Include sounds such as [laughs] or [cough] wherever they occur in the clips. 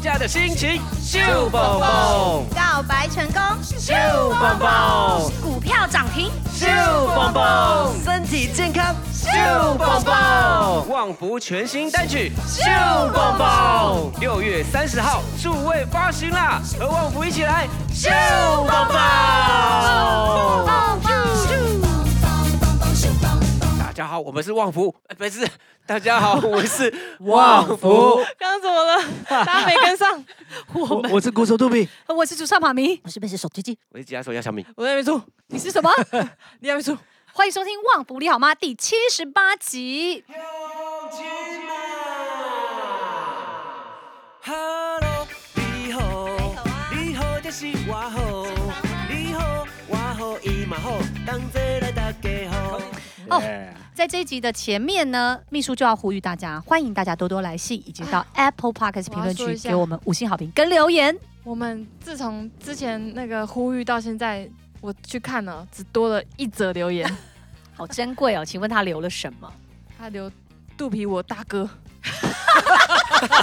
价的心情，咻蹦蹦，告白成功，咻蹦蹦，股票涨停，咻蹦蹦，身体健康，咻蹦蹦，旺福全新单曲，咻蹦蹦，六月三十号数位发行啦，和旺福一起来，咻蹦蹦。蹦大家好，我们是旺福，呃不是，大家好，我们是旺福。刚刚怎么了？大家没跟上。我我我是鼓手杜 [laughs] 比，我是主唱马明，我是被是手机机，我是吉他手要小米，我在那边住，你是什么？你在那边住。欢迎收听《旺福你好吗》第七十八集。 Hello，你好，你好就是我好，你好我好伊嘛好，同齐来大家好。哦在这一集的前面呢，秘书就要呼吁大家，欢迎大家多多来信，以及到 Apple Podcast 评论我要说区一下给我们五星好评跟留言。我们自从之前那个呼吁到现在，我去看了，只多了一则留 [laughs] 言，好珍贵哦，请问他留了什 [laughs] 么？他留肚皮我大哥，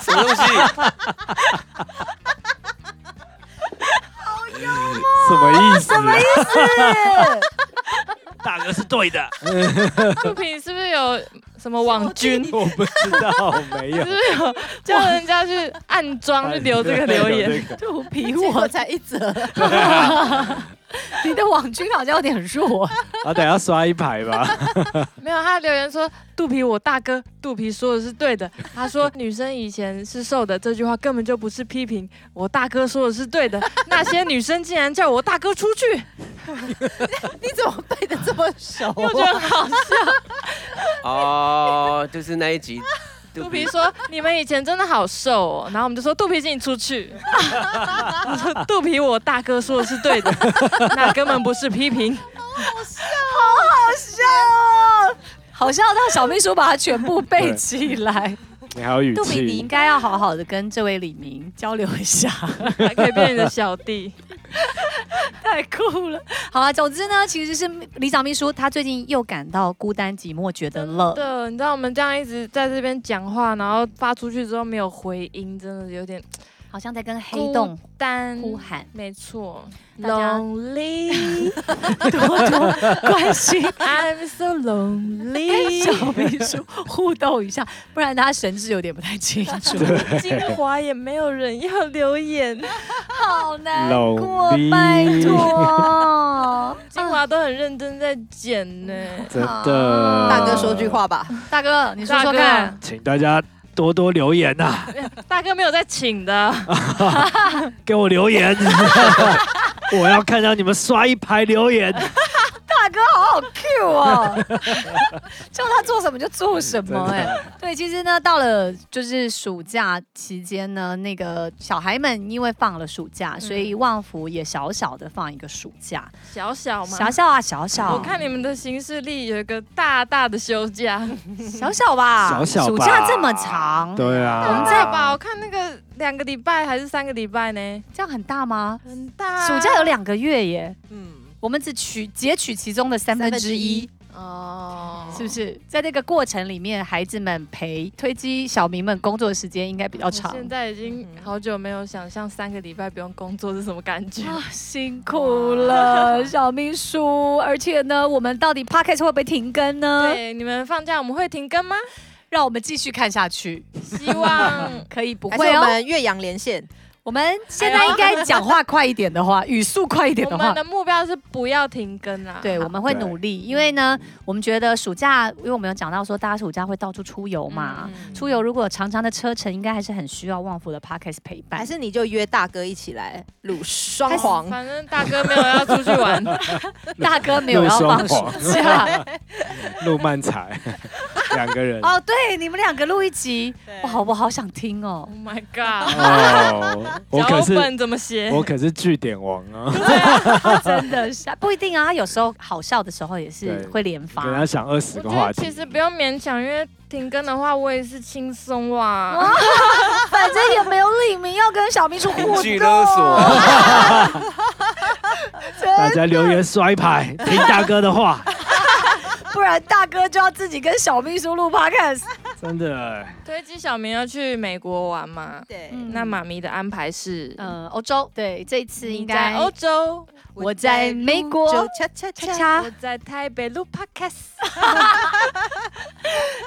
什么东西？ [laughs] 什么意思？哦什么意思？ [laughs] 大哥是对的，肚皮是不是有什么网军？ [laughs] 我不知道，没有 [laughs] 是不。是有叫人家去暗装去留这个留有 [laughs] 言？这个肚皮结果才一折， [laughs] 你的网军好像有点弱。啊，等一下刷一排吧。 [laughs] 没有，他留言说肚皮我大哥，肚皮说的是 [laughs] 对的。他说女生以前是瘦的这句话根本就不是批评，我大哥说的是对的。那些女生竟然叫我大哥出去，你怎么背的这么 [laughs] 熟？因为我觉得很好笑。哦，就是那一集。 [laughs] 肚皮说你们以前真的好瘦哦，然后我们就说肚皮请你出去。 [laughs] 我说肚皮我大哥说的是对的， [laughs] 那根本不是批评。好像让小秘书把它全部背起来。你还有语杜比，你应气，该要好好的跟这位李明交流一下。还可以变你的小弟， [laughs] 太酷了！好了，总之呢，其实是李长秘书他最近又感到孤单寂寞，觉得了。对，你知道我们这样一直在这边讲话，然后发出去之后没有回音，真的有点好像在跟黑洞单呼喊，没错大家，lonely，多多 [laughs] 关 [laughs] 心 I'm so [laughs] 跟 lonely，小秘书互动一下，不然他神志有点不太清楚，精华也没有人要留言， [laughs] 好难过 Lonely，拜托。精华都很认真在剪呢。真哦的。大哥说句，话吧，大哥， [laughs] 你说嗯大说哥看，请大家多多留言啊呐、大哥没有在请的， [laughs] 给我留言。 [laughs] 我要看到你们刷一排留言，大哥好好 Q 哦， [laughs] 叫他做什么就做什 [laughs] 么哎、对，其实呢，到了就是暑假期间呢，那个小孩们因为放了暑假，所嗯以旺福也小小的放一个暑假，小小嘛。小小啊，小小，我看你们的行事历有一个大大的休假，小小吧，小小吧暑假这么长，对啊，我们大吧？我看那个两个礼拜还是三个礼拜呢，这样很大吗？很大。啊暑假有两个月耶，嗯我们只取截取其中的三分之一，哦，是不是？在这个过程里面，孩子们陪推机小民们工作时间应该比较我长。现在已经好久没有想象三个礼拜不用工作是什么感觉。啊，辛苦 [laughs] 了，小秘书。而且呢，我们到底 podcast 会不会停更呢？ [laughs] 对，你们放假我们会停更吗？让我们继续看下去，希望可以不还是会我哦。们岳阳连线？我们现在应该讲话快一点的 [laughs] 话，语速快 [laughs] 一点我的们话。的目标是不要停更啊啦。对，我们会对努力，因为呢，我们觉得暑假，因为我们有讲到说，大家暑假会到处出游嗯，嘛，嗯出游如果有长长的车程，应该还是很需要旺福的 podcast 陪伴。还是你就约大哥一起来录双簧？反正大哥没有要出去玩，大哥没有要放暑假陆漫才两个人。哦，对，你们两个录一集，对哇，我好想听 [laughs] 哦 Oh。my god！哦，我可脚是本怎 [laughs] 么写？我可是据点王啊！真的是不一定啊，他有时候好笑的时候也是对会连发给。他想二十我个觉话得题，其实不用勉强，因为停更的话，我也是轻松哇。反正也没有李明要跟小秘 [laughs] 书互据动，勒索，大家留言刷一排，听大哥的话。 [laughs] 不然大哥就要自己跟小秘书录 podcast，真的哎，推机小明要去美国玩嘛？对嗯那妈咪的安排是，呃，欧洲对，这一次应你在该欧洲，我在美国就恰恰恰恰，恰我在台北录 podcast。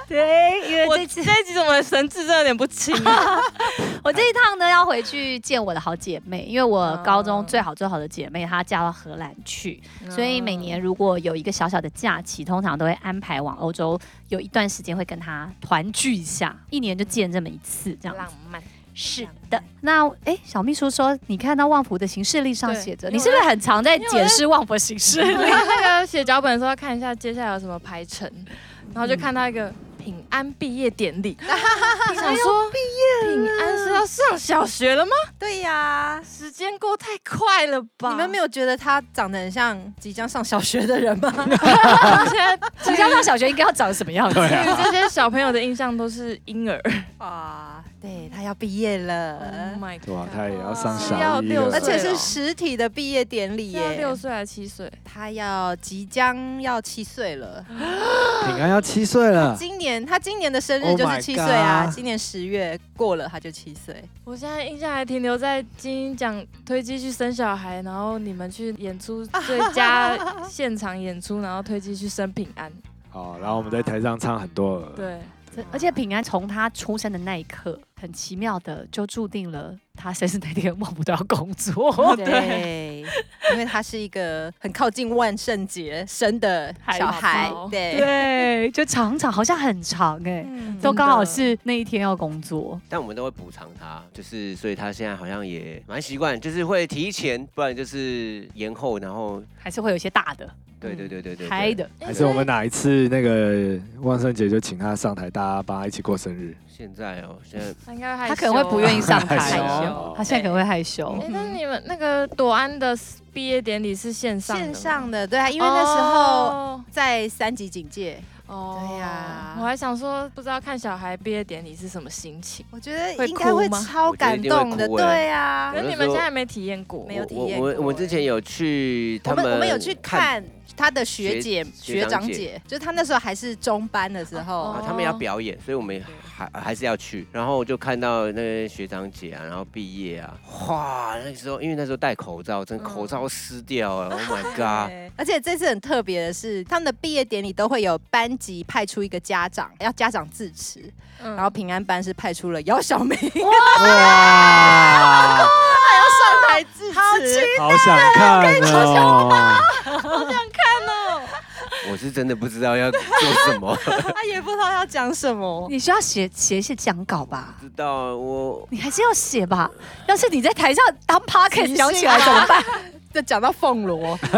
对，因我为这这一次集怎么神志真的有点不清啊？我这一趟呢要回去见我的好姐妹，因为我哦高中最好最好的姐妹她嫁到荷兰去，嗯所以每年如果有一个小小的假期，通常都会安排往欧洲有一段时间会跟她团聚一下，一年就见这么一次这样浪漫。是的，那哎，小秘书说你看到旺福的行事历上对写着，因为你是不是很常在因为我解在释旺福行事我历？那个写脚本的时候要看一下接下来有什么排程，然后就看到一个平安毕业典礼，我想说毕业平安是要上小学了吗？对呀。时间过太快了吧？你们没有？有觉得他长得很像即将上小学的人吗？ [laughs] 现在 [laughs] 即将上小学应该要长什么样子？对啊，对于这些小朋友的印象都是婴儿。啊，对他要毕业 Oh 嗯了， my 对吧 god！？他也要上是要小一六了，岁而且是哦实体的毕业典礼是要耶。啊六岁还是七岁？啊他要即将要七岁了，嗯平安要七岁了，今年他今年的生日 Oh 就 my 是七岁啊， God 今年十月过了他就七岁。我现在印象还停留在金鹰奖推机去生小孩，然后你们去演出最佳现场演出，然后推机去生平安。好，然后我们在台上唱很多儿，对，这而且平安从他出生的那一刻，很奇妙的就注定了他生日那天忘不掉工哦作。对，因为他是一个很靠近万圣节生的小孩孩宝宝，对，对，就常常好像很长哎、嗯都刚好是那一天要工作。但我们都会补偿他，就是所以他现在好像也蛮习惯，就是会提前，不然就是延后，然后还是会有一些大的、对对对对对，嗨对，的，嗯还是我们哪一次那个万圣节就请他上台，大家帮他一起过生日，现在哦，现在他应该会他可能会不愿意上台害哦羞，他现在可能会害羞啊哎、。但是你们那个朵安的毕业典礼是线上的吗线上的，对啊，因为那时候哦，在三级警戒，哦对呀我还想说，不知道看小孩毕业典礼是什么心情。我觉得会应该会哭吗超感动的，我觉得一定会哭哎对啊可。是你们现在没体验过，没有体我验我过哎我们之前有去我他们们我们有去看他的学姐学学学长长姐，就是他那时候还是中班的时候，哦啊，他们要表演，所以我们还还是要去。然后我就看到那些学长姐啊，然后毕业啊，哇，那时候因为那时候戴口罩，真的口嗯罩湿掉了、o h [laughs] my god！对而且这次很特别的是，他们的毕业典礼都会有班级派出一个家长，要家长致辞，嗯然后平安班是派出了姚小 [laughs] 梅哇，上台致辞，好想看哦！我是真的不知道要做什么， [laughs] 他也不知道要讲什么。你需要写写一些讲稿吧？不知道我你还是要写吧。要是你在台上当 p o c a s 即 t 兴想起来怎么办？就讲到凤螺， [laughs] 真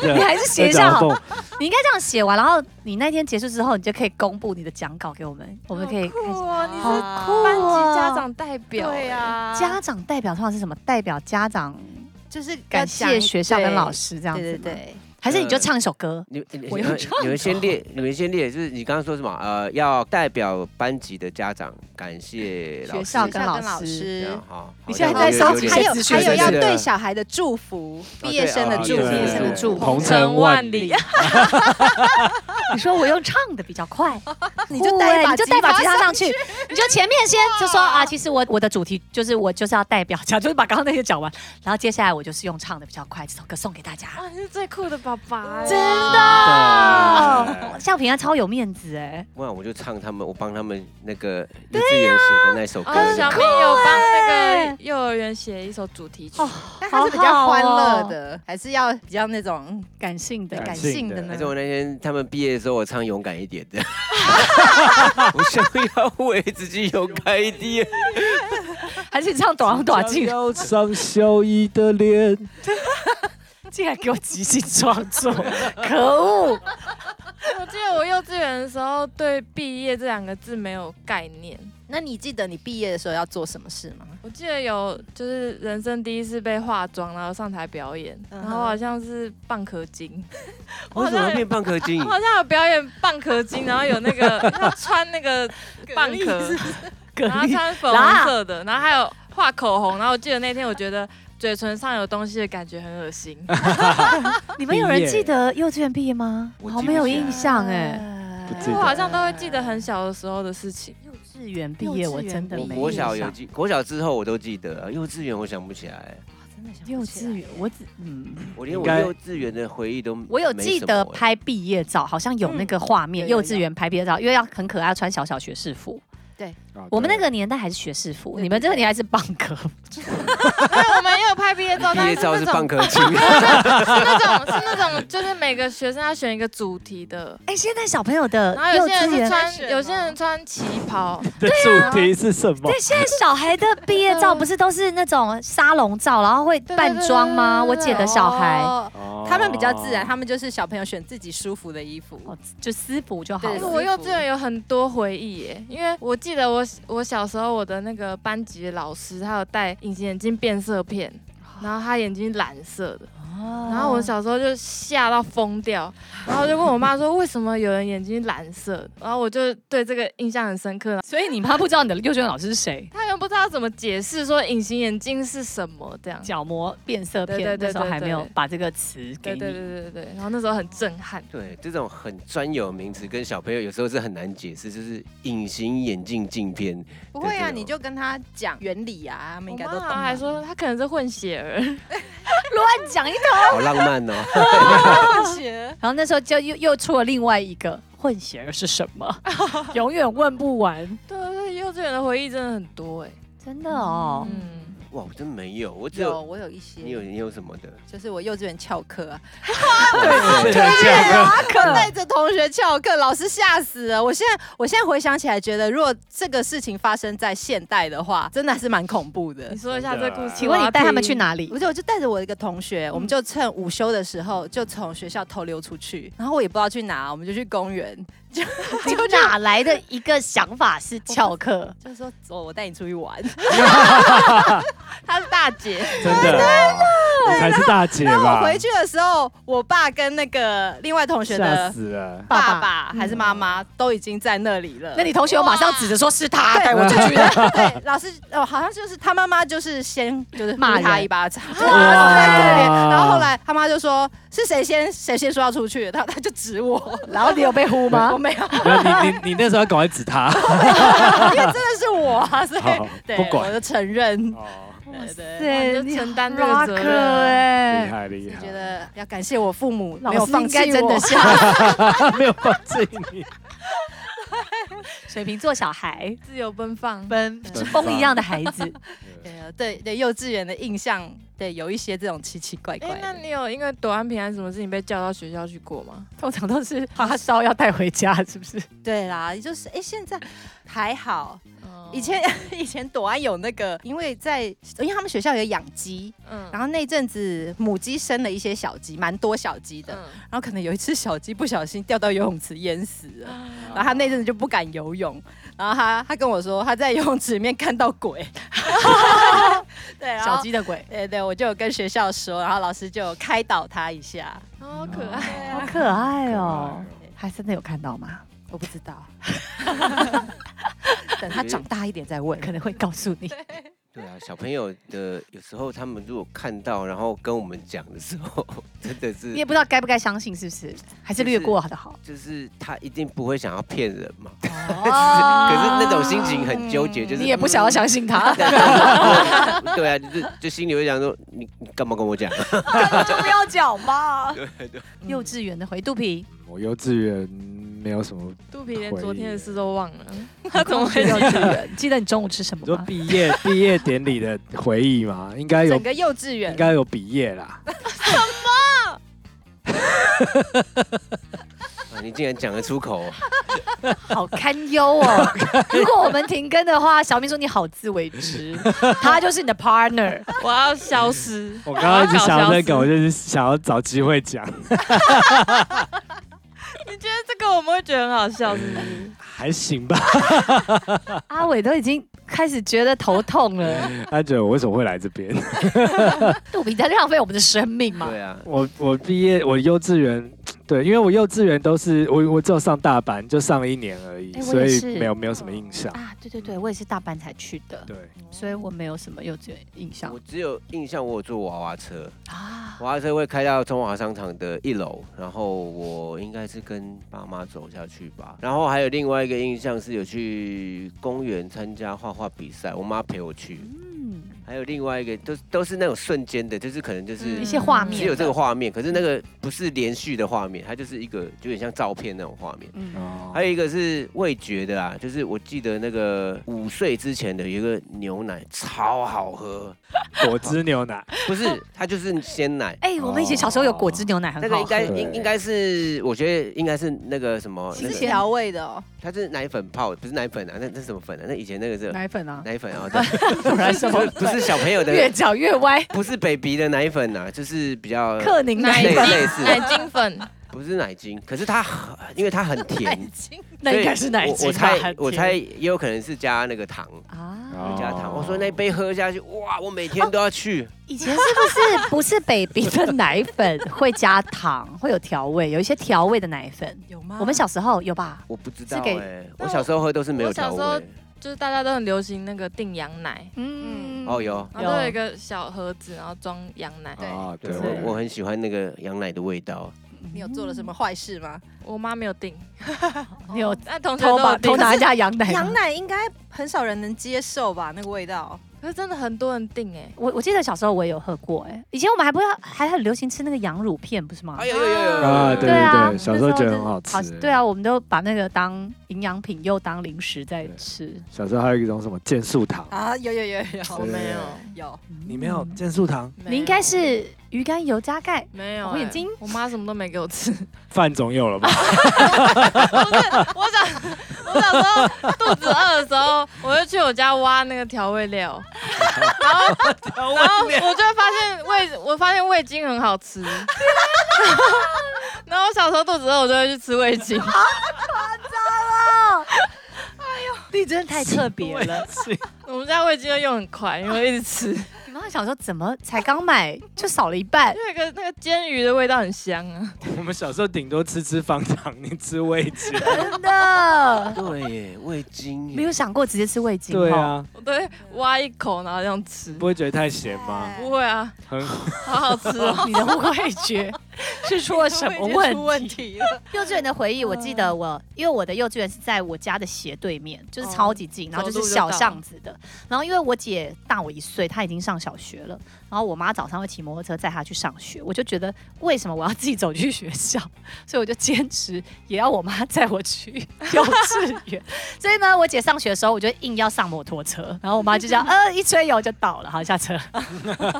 的，你还是写一下真的好动你应该这样写完，然后你那天结束之后，你就可以公布你的讲稿给我们，我们可以开始。哇，你好是酷哦啊班级家长代表、对啊呀、家长代表通常是什么？代表家长就是感谢学校跟老师师这样子。对对。对，还是你就唱一首歌？你你我你又们唱你们先列，你们先列，就是你刚刚说什么？呃，要代表班级的家长感谢老学师。校跟老学校师。这样好，你好现在这样有在收集有点还有谢谢还有要谢谢对小孩的祝福，对毕业生的啊祝福，对毕业生的祝福鹏程万 [laughs] 里。啊你说我用唱的比较快，哦欸哎你就带一把 [laughs] 你就带把吉吉他他上去， [laughs] 你就前面先就说啊，其实我我的主题就是我就是要代表讲，就是把刚刚那些讲完，然后接下来我就是用唱的比较快，这首歌送给大家。啊，你是最酷的爸爸、欸真的，哦像平安超有面子哎，不然我就唱他们，我帮他们那个幼稚园写的那首歌。哦，小明有帮那个幼儿园写一首主题曲，但他是比较欢乐的，还是要比较那种感性的感感性性的的还呢是？我那天他们毕业的时候，我唱勇敢一点 [laughs] 的。我想要为自己勇敢一点。还是你唱短短 [laughs] 想进要上小一的脸，竟然给我即兴创作， [laughs] 可恶！我记得我幼稚园的时候对“毕业”这两个字没有概念。那你记得你毕业的时候要做什么事吗？我记得有就是人生第一次被化妆，然后上台表演，嗯然哼后好像是蚌壳精，为什么会变蚌壳精我？ [laughs] 好像有表演蚌壳精，然后有那 [laughs] 个要穿那个蚌蛤壳，然后蜊穿粉红色的，然后还有画口红，然后我记得那天我觉得嘴唇上有东西的感觉很恶心，你们有人记得幼稚园毕业吗？我好记没不有起来啊印象哎。不记我得啊好像都会记得很小的时候的事情。幼稚园毕业我真的我没国小印有象记，国小之后我都记得，啊幼稚园我想不起来，真的想幼稚园，我只嗯，我连我应该幼稚园的回忆都我有没记什得么欸拍毕业照，好像欸有那个画面，嗯有有幼稚园拍毕业照，因为要很可爱，要穿小小学士服。啊我们那对个年代还是学士服，对你们这个年代是棒哥，对，哎我们也有拍毕业 [laughs] 照，毕但业是照那是种放科青， [laughs] 是那种是那种，就是每个学生要选一个主题的， [laughs] 哎，现在小朋友的然后幼有些人稚是园，穿，有些人穿旗袍，的啊主题是什么对，？现在小孩的毕业照不是都是那种沙龙照，然后会对扮装吗？我对对对姐的小孩哦哦他们比较自然，他们就是小朋友选自己舒服的衣服。哦，就私服就好对但是了。哎我幼稚园有很多回忆耶，因为我记得我我小时候我的那个班级老师，他有戴隐形眼镜变色片，然后他眼睛蓝色的，然后我小时候就吓到疯掉，然后就问我妈说为什么有人眼睛蓝色，然后我就对这个印象很深刻。所以你妈不知道你的幼稚园老师是谁？他们不知道怎么解释说隐形眼镜是什么这样。角膜变色对对片，对那时候还没有对对对把这个词给对对你。对对对，然后那时候很震撼。对，这种很专有名词跟小朋友有时候是很难解释，就是隐形眼镜镜片，不会啊，对对对你就跟他讲原理啊，他们应该都我妈懂好像吧。还说他可能是混血 [laughs] 儿，乱讲一通。好浪漫哦。然后那时候就又又出了另外一个混血儿是什 [laughs] 么，永远问不完。对对对，幼稚园的回忆真的很多哎。真的哦，嗯，哇，我真没有，我只有，有我有一你有些，你有什么的？[laughs] 就是我幼稚园翘课啊，对 [laughs] 对 [laughs] 带着同学翘课，老师吓死了。我现在我现在回想起来，觉得如果这个事情发生在现代的话，真的还是蛮恐怖 [laughs] 的你。说一下这故事。请问你带他们去？哪不里？ [laughs] 是， [laughs] 我就带着我一个同学，我们就趁午休的时候就从学校偷溜出去，然后我也不知道去哪，我们就去公园，就你就就哪来的一个想法是翘 [laughs] 课？就说走，我带你出去 [laughs] 玩。她是大姐，真的，你才是大姐然后吧？我回去的时候，我爸跟那个另外同学吓的死了。爸爸嗯还是妈妈都已经在那里了。那你同学有马上指着说是他带我出去的，对老师哦，好像就是他妈妈就是先就是骂呼他人一巴掌，哇太可怜。然后后来他妈就说是谁先谁先说要出去，他他就指 [laughs] 我，然后你有被呼 [laughs] 我吗？没有，没有你你你那时候要赶快指他。因为真的是我啊，所以好对不管我就承认。 [laughs] 哦，对对，对你就承担这好个 rocker 责任。厉哎，害厉就害，觉得要感谢我父母老没有师放应该弃真的我是没有放弃你。 [laughs] 水瓶座小孩，自由奔放，奔奔风一样的孩 [laughs] 子，对啊对 [laughs] 对，幼稚园的印象，对有一些这种奇奇怪怪哎，那的。你有因为躲安平安什么事情被叫到学校去过吗？通常都是发烧要带回家，是不是？对啦，也就是哎，现在还好，哦以前 [laughs] 以前朵安有那个，因为在因为他们学校有养鸡，嗯然后那阵子母鸡生了一些小鸡，蛮多小鸡的，嗯然后可能有一次小鸡不小心掉到游泳池淹死了，然后他那阵子就不敢游泳，然后他他跟我说他在游泳池里面看到鬼， [laughs] 对，然后小。鸡的鬼，对对，我就有跟学校说，然后老师就有开导他一下。好可哎爱。好可哎爱哦哦。还真的有看到吗？我不知 [laughs] 道，等哎他长大一点再问。可能会告诉你。对啊，小朋友的有时候他们如果看到，然后跟我们讲的时候， [laughs] 真的 [laughs] 你是也不知道该不该相信，是不是？还是略过的好。就是他一定不会想要骗人嘛。可是哦嗯那种心情很纠结，就是嗯你也不想要相信他， [laughs] 对啊，就是就心里会想说，你你干嘛跟我讲？ [laughs] 就不要讲嘛。幼稚园的回肚皮，我幼稚园没有什么，肚皮连昨天的事都忘了，他 [laughs] 怎么会幼稚园？记得你中午吃什么你说吗？毕 [laughs] 业毕业典礼的回忆嘛，应该有整个幼稚园应该有毕业啦。啊你竟然讲得出 [laughs] 口，好堪忧 [laughs] 哦！如果我们停更的话，小明说你好自 [laughs] 为之，他就是你的 partner。 [laughs] 我要消失。我刚刚一直想要那个， [laughs] 我我要搞消就是想要找机会讲，失。你觉得这个我们会觉得很好笑是不是？还行吧。阿伟都已经开始觉得头痛了，他觉得我为什么会来这边？肚皮在浪费我们的生命嘛？对啊，我我毕业我幼稚园，对，因为我幼稚园都是我我只有上大班，就上了一年而已，哎我也所以是没有没有什么印象。啊，对对对，我也是大班才去的，对，所以我没有什么幼稚园印象我只有印象我有坐娃娃车，啊。我的车会开到中华商场的一楼，然后我应该是跟爸妈走下去吧。然后还有另外一个印象是有去公园参加画画比赛，我妈陪我去。嗯还有另外一个都都是那种瞬间的，就是可能就是嗯一些画只面，有这个画面，可是那个不是连续的画面，它就是一个就有点像照片那种画面。嗯哦还有一个是味觉的啊，就是我记得那个五岁之前的有一个牛奶超好喝，果汁牛奶，不是它就是鲜奶哎，我们以前小时候有果汁牛奶，很哦那个好应喝。欸该对应应该是我觉得应该是那个什么，那个是调味的哦，它是奶粉泡，不是奶粉啊，那那是什么粉啊？那以前那个是奶粉啊，奶粉 [laughs] 啊，对不是不是小朋友越的，嚼越歪。不是 baby 的奶粉啊，就是比较克宁奶类粉，类似奶精粉，不是奶精，可是它很因为它很嗯 [laughs] 甜， [laughs] 那应该是奶我我精吧？猜我猜也有可能是加那个糖。啊，哦加糖。我说那杯喝下去，哇，我每天都要去。以前是不是不是北鼻的奶粉会加糖，会有调味，有一些调味的奶粉。有吗我们小时候有吧？我不知道是哎、给哦我小时候喝都是没有我调小味时候的。就是大家都很流行那个定羊奶，嗯，哦，有，然后都有有一个小盒子，然后装羊奶。啊，对，对哦我我很喜欢那个羊奶的味哦道。你有做了什么坏事吗？我妈没有定，你有但同学都偷有把定偷，拿人家羊奶吗？羊奶应该很少人能接受吧？那个味道，可是真的很多人定哎。我我记得小时候我也有喝过、哎，以前我们还不是还很流行吃那个羊乳片，不是吗？哎呦呦呦呦！啊，对啊对对，小时候觉得很好好吃，，对，啊，我们都把那个当营养品又当零食在对吃。小时候还有一种什么健素糖，啊，有有有有我没有，有，嗯你没有健素糖，你应该是鱼肝油加钙，没有我眼欸睛我妈什么都没给 [laughs] 我吃。饭总有了吧？我想，我想说肚子饿的时候，我就去我家挖那个调味 [laughs] 料，然后然后我就发现味，我发现味精很 [laughs] 好吃。然后我小时候肚子饿，我就会去吃味精。你真的太特别 [laughs] 了。我们家味精又用很快，因为我一直吃，因你妈妈想说，怎么才刚买就少了一 [laughs] 半？为有一个那个煎鱼的味道很香啊。我们小时候顶多吃吃方糖，你吃味精， [laughs] 真 [laughs] 的对耶，味精耶。没有想过直接吃味精。对吼，啊，我都会挖一口，然后这样吃。不会觉得太咸吗？哎不会啊，很好好吃 [laughs] 哦。你的味 [laughs] 觉是出了什么问出题？问题了？幼稚园的回忆，我记得我，因为我的幼稚园是在我家的斜对面，就是超级近，然后哦就是小巷子的。然后因为我姐大我一岁，她已经上小学了，然后我妈早上会骑摩托车载她去上学，我就觉得为什么我要自己走去学校，所以我就坚持也要我妈载我去 [laughs] 幼稚园。所以呢，我姐上学的时候，我就硬要上摩托车，然后我妈就这 [laughs] 样，呃，一吹油就倒了，好下车。 [laughs]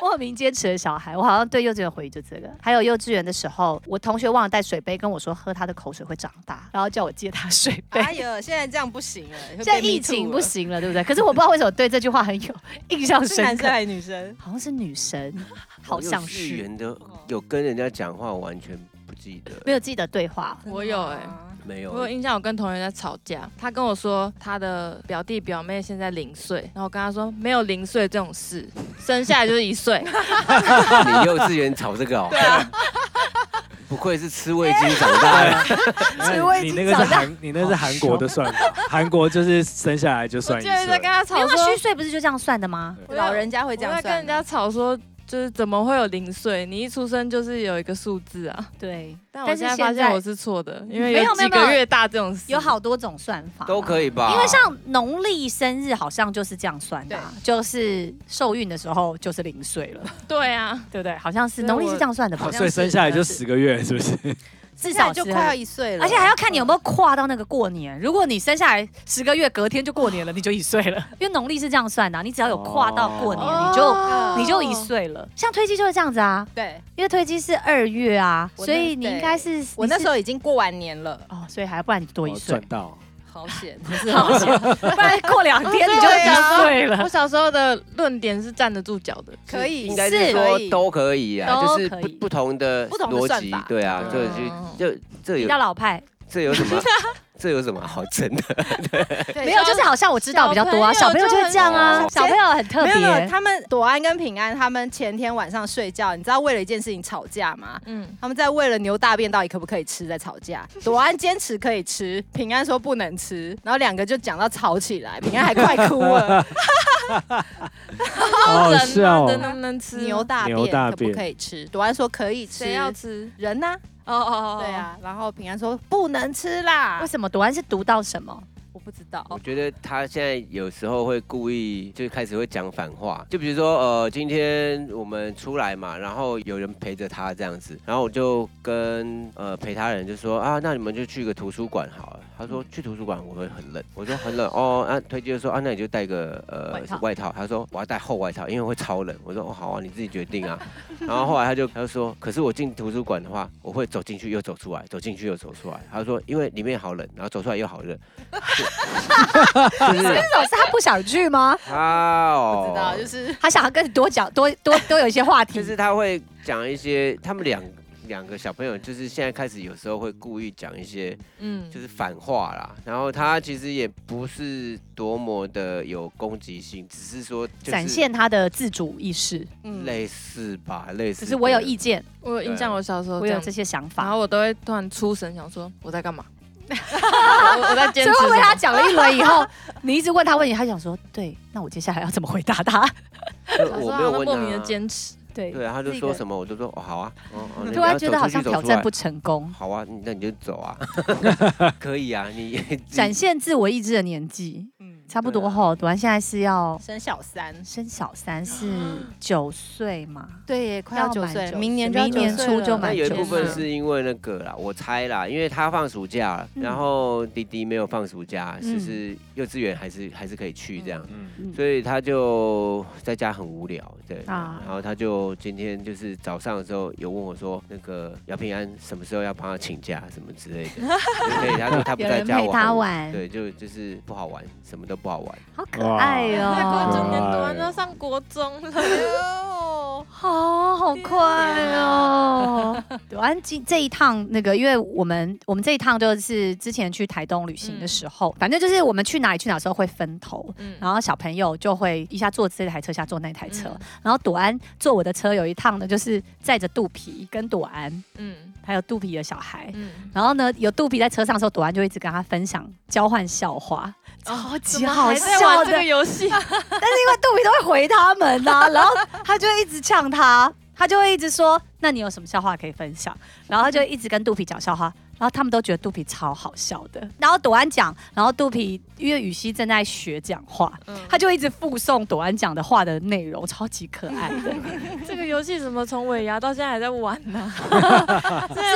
莫名坚持的小孩，我好像对幼稚园回忆就这个。还有幼稚园的时候，我同学忘了带水杯，跟我说喝他的口水会长大，然后叫我借他水 [laughs] 杯。哎呀，现在这样不行了，现现在疫情不，行了，对不对？可是我不知道为什么对这句话很有印象是男深生刻，还是女生？好像是女神，好像是原的，有跟人家讲话，我完全不记得。没有记得对话。我有哎、没有我有耶。印象，我跟同学在吵架，他跟我说他的表弟表妹现在零岁，然后我跟他说没有零岁这种事，生下来就是一 [laughs] 岁。你幼稚园炒这 [laughs] 个哦。对啊。 [laughs] 不愧是吃味精长大啊的。吃味你精那个是长大韩，你那是韩国的算法，韩国就是生下来就我算一记得在岁跟。他没有吵啊，说虚，岁不是就这样算的吗？我老人家会我这样在算跟人家吵说，就是怎么会有零岁？你一出生就是有一个数字啊。对，但我现在发现我是错的，因为没有有没有几没个有月大这种事有。好多种算法，都可以吧？因为像农历生日好像就是这样算的啊、就是受孕的时候就是零岁了， [laughs] 对啊，对不对？好像是对农历我是这样算的吧哦，？所以生下来就十个月，是不是？至现在少就是快要一岁了，而且还要看你有没有跨到那个过年。如果你生下来十个月，隔天就过年了，你就一岁了。 [laughs] 因为农历是这样算的啊、你只要有跨到过年，哦你就哦你就一 [laughs] 岁了。像推机就是这样子啊，对。因为推机是二月啊，我那所以你应该是我那时候候已经过完年了，哦，所以还不然你多一哦岁赚，到。好险！好险不然过两天你 [laughs] 就对一啊岁我了。小时候的论点是站得住脚的，可以，应该是说都可以啊，都就是可不以不同的不同的逻算辑法，对啊，这嗯就就这比有较老派，这有什 [laughs] 么这有什么好争的？没有，就是好像我知道比较多啊，小小朋朋友友就就很会这样啊，小朋友很特没有没有，别。他们朵安跟平安，他们前天晚上睡觉，你知道为了一件事情吵架吗？嗯，他们在为了牛大便到底可不可以吃在吵架。 [laughs] 朵安坚持可以 [laughs] 吃，平安说不能吃，然后两个就讲到吵起来，平安还快哭了。好好人笑吗？哦人能不能吃？牛大牛啊便大可不便可以吃？朵安说可以吃，谁要吃？人呐、哦哦对，啊，然后平安说不能吃啦为，什么？朵安是读到什么？我不知道，我觉得他现在有时候会故意就开始会讲反话，就比如说呃，今天我们出来嘛，然后有人陪着他这样子，然后我就跟呃陪他人就说啊，那你们就去个图书馆好了。他嗯说去图书馆我会很冷，我说很冷哦。啊，推荐就说啊，那你就带个呃外套他说我要带厚外套，因为会超冷。我说哦好啊，你自己决定啊。然后后来他就他就说，可是我进图书馆的话，我会走进去又走出来，走进去又走出来。他说因为里面好冷，然后走出来又好热。就是这种是他不想去吗？ [laughs] 他哦，不知道，就是他想要跟你多讲多多 [laughs] 多有一些话题就。是他会讲一些他们两两个小朋友，就是现在开始有时候会故意讲一些嗯就是反话啦。然后他其实也不是多么的有攻击性，只是说就是展现他的自主意识，嗯，类似吧，类似。只是我有意，见，我有印象，我小时候我这有样这，些想然法。后我都会突然出神，想说我在干 [laughs] 嘛？我我在所坚以持会什不会他么。讲了一轮以后， [laughs] 你一直问他问题，他想说，对，那我接下来要怎么回答他？小时候我好没有像问啊莫名的他。坚持，对，对，啊他就那说个什么我就说哦好啊，哦哦，那你 [laughs] 突然要觉走得好出去像走挑出战来不成功，好啊，你那你就走啊， [laughs] 可以啊， [laughs] 你展现自我意志的年纪，嗯，差不啊多吼。朵安现在是要生小三，生小三，是九岁嘛？对耶，快要要九满岁，九明年岁就要明年九岁初了就那满有一部分久了是因为那个啦，我猜啦，因为他放暑假了，然后弟弟没有放暑假，嗯就是幼稚园还是还是可以去这样，嗯，嗯所以他就在家很无聊，对，啊然后他就今天就是早上的时候有问我说，那个姚平安什么时候要帮他请假什么之类的，就可以，他说他不有在人家，陪我他很无玩，对，就就是不好玩，什么都不好玩。好可爱在国中哦！念读完要上国中了，哦，好快哦！朵安今这一趟那个，因为我们我们这一趟就是之前去台东旅行的时候，反正就是我们去哪里去哪的时候会分头，嗯，然后小朋友就会一下坐这台车，一下坐那台车。嗯然后朵安坐我的车有一趟呢，就是载着肚皮跟朵安，嗯还有肚皮的小孩。嗯，然后呢，有肚皮在车上的时候，朵安就一直跟他分享交换笑话，超级好哦还在玩笑这的。个游戏，但是因为肚皮都会回他们呐、 [laughs] 然后他就会一直呛他，他就会一直说：“那你有什么笑话可以分享？”然后他就一直跟肚皮讲笑话，然后他们都觉得肚皮超好笑的。然后朵安讲，然后肚皮因为雨熙正在学讲话，他就一直附送朵安讲的话的内容，超级可爱的， [laughs] 这个游戏怎么从尾牙到现在还在玩 [laughs] 呢？是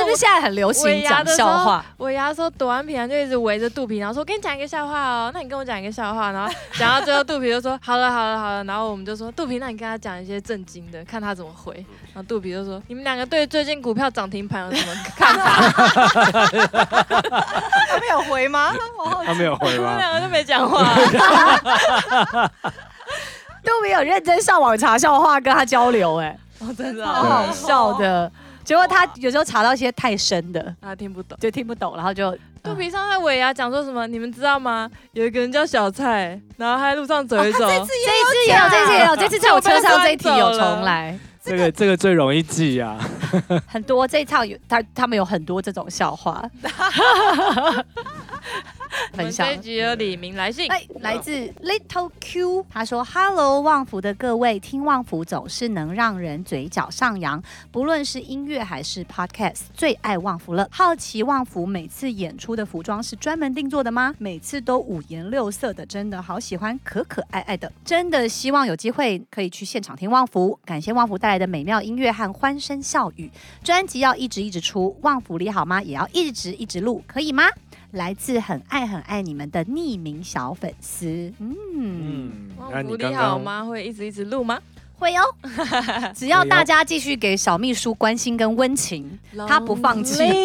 不是现在很流行讲笑话？尾牙的时候，朵安平安就一直围着肚皮，然后说：“我跟你讲一个笑话哦，那你跟我讲一个笑话。”哦然后讲到最后，肚皮就说：“好了，好了，好了。”然后我们就说：“肚皮，那你跟他讲一些震惊的，看他怎么回。”然后肚皮就说：“你们两个对最近股票涨停盘有什么看法他没有回 [laughs] 吗？他没有回？”我们吗？两个就没讲话。都没有认真上网查笑话跟他交流、哎，我哦真的好 [laughs] 好笑的。结果他有时候查到一些太深的，啊，听不懂。就听不懂，然后就肚皮上在尾牙讲说什么？你们知道吗？有一个人叫小蔡，然后他在路上走一走，这次也有，这次也有，这次在我车上这一题有就被端重走来，这个这个最容易记啊，很多这一趟有他他们有很多这种笑 [laughs] 话，我们分享这一。集有李明来信，哎，来自 Little Q，他说：“Hello，旺福的各位，听旺福总是能让人嘴角上扬，不论是音乐还是 Podcast，最爱旺福了。好奇旺福每次演出的服装是专门定做的吗？每次都五颜六色的，真的好喜欢，可可爱爱的，真的希望有机会可以去现场听旺福。感谢旺福带来的美妙音乐和欢声笑语，专辑要一直一直出，旺福里好吗？也要一直一直录，可以吗？”来自很爱很爱你们的匿名小粉丝，嗯，嗯，那旺你福你刚好刚吗？会一直一直录吗？会哦，只要大家继续给小秘书关心跟温情，他不放弃， [laughs]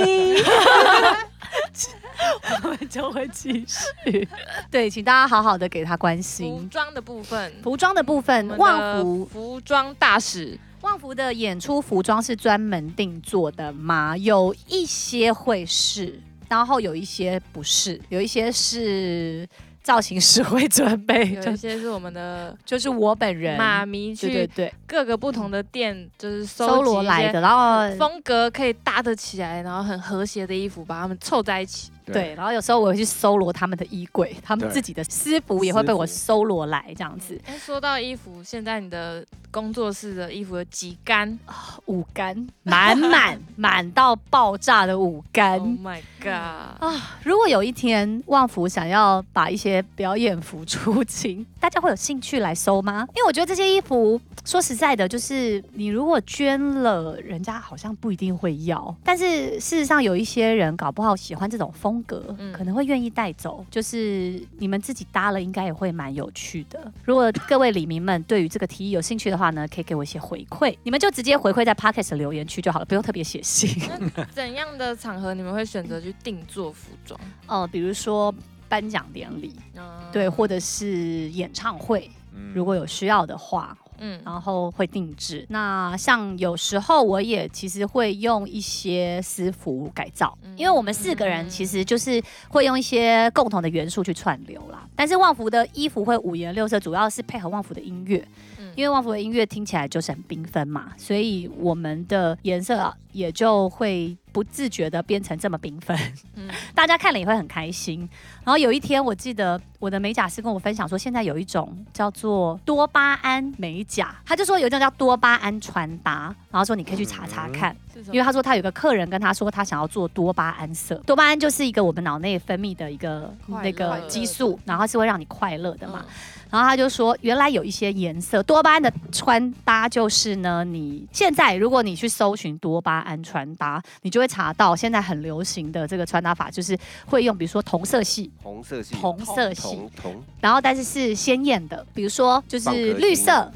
我们就会继续。对，请大家好好的给他关服心。装的部分，服装的部哦我们分，的旺福服装大使，旺福的演出服装是专门定做的吗？有一些会是，然后有一些不是，有一些是造型师会准备， [laughs] 有一些是我们的就是我本人，妈咪对对去对，各个不同的店，就是搜搜集罗一来些的，然后风格可以搭得起来，然后很和谐的衣服，把它们凑在一起。对，然后有时候我会去搜罗他们的衣柜，他们对自己的私服也会被我私服搜罗来这样子。哎说到衣服，现在你的工作室的衣服有几杆五干满满满到爆炸的五干？Oh my god！啊！如果有一天旺福想要把一些表演服出清，大家会有兴趣来收吗？ [laughs] 因为我觉得这些衣服，说实在的，就是你如果捐了，人家好像不一定会要。但是事实上，有一些人搞不好喜欢这种风格，嗯可能会愿意带走。就是你们自己搭了，应该也会蛮有趣的。如果各位李民们对于这个提议有兴趣的话呢，可以给我一些回馈，你们就直接回馈在 Pocket 的留言区就好了，不用特别写信。 [laughs] 怎样的场合你们会选择去定做服装？呃，比如说颁奖典礼，嗯对，，或者是演唱会，嗯如果有需要的话，嗯然后会定制。那像有时候我也其实会用一些私服改造，嗯因为我们四个人其实就是会用一些共同的元素去串流啦。但是旺福的衣服会五颜六色，主要是配合旺福的音乐，嗯因为旺福的音乐听起来就是很缤纷嘛，所以我们的颜色啊也就会不自觉的变成这么缤纷。嗯大家看了也会很开心。然后有一天，我记得我的美甲师跟我分享说，现在有一种叫做多巴胺美甲，他就说有一种叫多巴胺穿搭，然后说你可以去查查看，是什因么为他说他有个客人跟他说他想要做多巴胺色，多巴胺就是一个我们脑内分泌的一个快乐那个激素，然后是会让你快乐的嘛。嗯然后他就说，原来有一些颜色，多巴胺的穿搭就是呢，你现在如果你去搜寻多巴胺穿搭，你就会查到现在很流行的这个穿搭法，就是会用比如说同色系、红色系，同色系同同然后但是是鲜艳的，比如说就蚌是壳绿精色，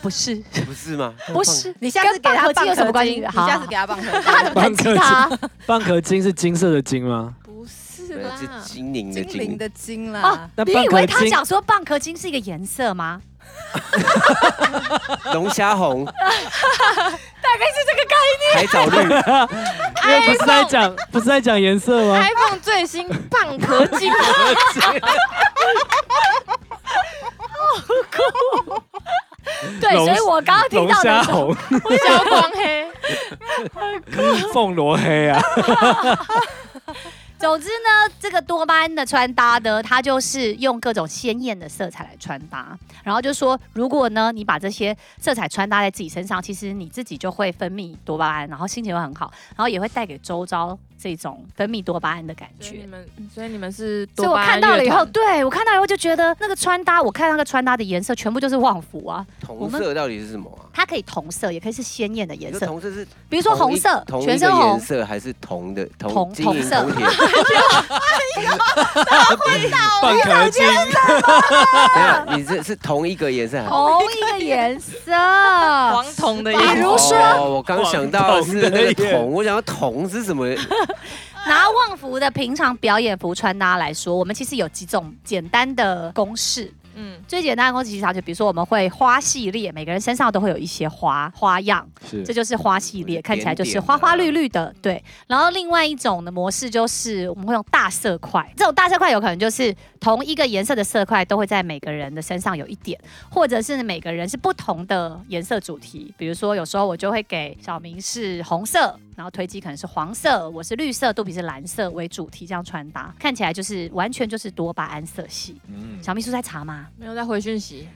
不是，不是吗？ [laughs] 不是，你下次给他跟蚌壳蚌精有什么壳关系精，你好下次给他蚌大壳精。家怎么敢蚌壳其他？蚌壳金是金色的金吗？不是没有，是啦，精灵的 [laughs] 精灵精，的精哦啦，那你蚌以壳为他精讲说蚌壳金是一个颜色吗？龙虾红， [laughs] 大概是这个概念。海藻绿， [laughs] 因为不是在讲不是在讲颜色吗？ iPhone 最 [laughs] 新蚌壳精，对，龙所以我刚刚听龙到虾的时候，红、消光黑， [laughs] 凤螺黑啊，总之呢，这个多巴胺的穿搭呢，它就是用各种鲜艳的色彩来穿搭，然后就说，如果呢你把这些色彩穿搭在自己身上，其实你自己就会分泌多巴胺，然后心情会很好，然后也会带给周遭这种分泌多巴胺的感所以你觉。们，所以你们是所以多我巴胺看到了乐以后，[laughs] 团对我看到以后就觉得那个穿搭，我看那个穿搭的颜色全部就是旺福啊，我同们色到底是什么啊？它可以同色，也可以是鲜艳的你颜说色，同色是比如说同红一色同，一全个身红颜，色还是同的同同金银同色铜 [laughs] 铁？蚌壳金等一下，你这是同一个颜色还是？同一个颜色，黄铜的衣哦比服，如说哦我刚想到的是那黄个铜的耶铜，我想到铜是什么？拿旺福的平常表演服穿搭来说，我们其实有几种简单的公式。 [laughs] 嗯，最简单的公式其实就比如说我们会花系列，每个人身上都会有一些花花样，这是就是花系列，有点看起来就是点啊花花绿绿的。对，然后另外一种的模式就是我们会用大色块，这种大色块有可能就是同一个颜色的色块都会在每个人的身上有一点，或者是每个人是不同的颜色主题。比如说有时候我就会给小明是红色。然后推机可能是黄色，我是绿色，肚皮是蓝色为主题这样穿搭，看起来就是完全就是多巴胺色系。嗯小秘书在查吗？没有在回讯息，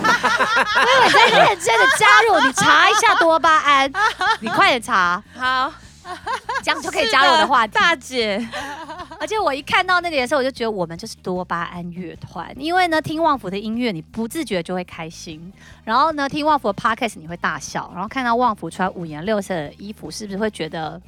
你在认真的加入，你查一下多巴胺，你快点查，好，这样就可以加入我的话题。大姐， [laughs] 而且我一看到那个颜色，我就觉得我们就是多巴胺乐团，因为呢，听旺福的音乐，你不自觉就会开心，然后呢，听旺福的 podcast 你会大笑，然后看到旺福穿五颜六色的衣服，是不是会觉得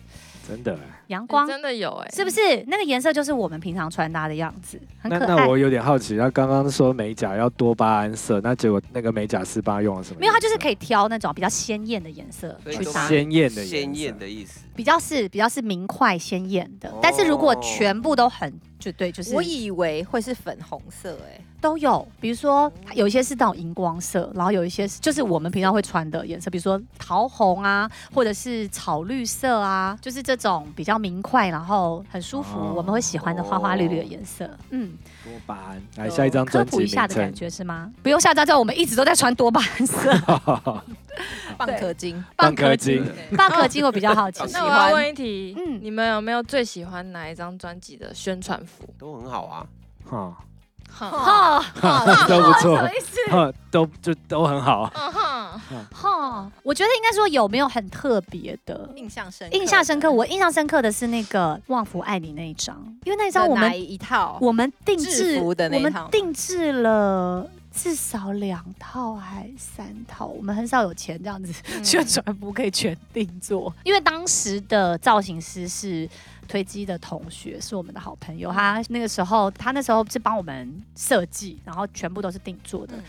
真的。阳光？真的有哎，是不是那个颜色就是我们平常穿搭的样子，很那可那爱我。有点好奇，他刚刚说美甲要多巴胺色，那结果那个美甲师帮他用了什么颜色？没有，它就是可以挑那种比较鲜艳的颜色所以去多巴搭胺。鲜艳的颜色鲜艳的意思。比较是比较是明快鲜艳的哦，，但是如果全部都很就对，就是我以为会是粉红色哎，都有，比如说它有一些是那种荧光色，然后有一些是就是我们平常会穿的颜色，比如说桃红啊，或者是草绿色啊，就是这种比较明快，然后很舒服，哦我们会喜欢的花花绿绿的颜色。嗯，多巴胺。来下一张科专辑普一名下的感 [laughs] 称。觉是吗？不用下张照，我们一直都在穿多巴胺色。蚌 [laughs] 壳精，蚌壳精蚌壳精我比较好奇 [laughs] 那喜我欢要问一题，嗯你们有没有最喜欢哪一张专辑的宣传服？都很好啊。哈，哈哈都不错什么意思？哈，都就都很好。嗯哼，哈，我觉得应该说有没有很特别的。印象深刻，印象深刻，我印象深刻的是那个《旺福爱你》那一张，因为那一张的我哪们一套？我们定制制服的那我一们套定制了至少两套还三套，我们很少有钱这样子、嗯宣传服可以全定做，因为当时的造型师是。推机的同学是我们的好朋友，他那个时候，他那时候是帮我们设计，然后全部都是定做的。嗯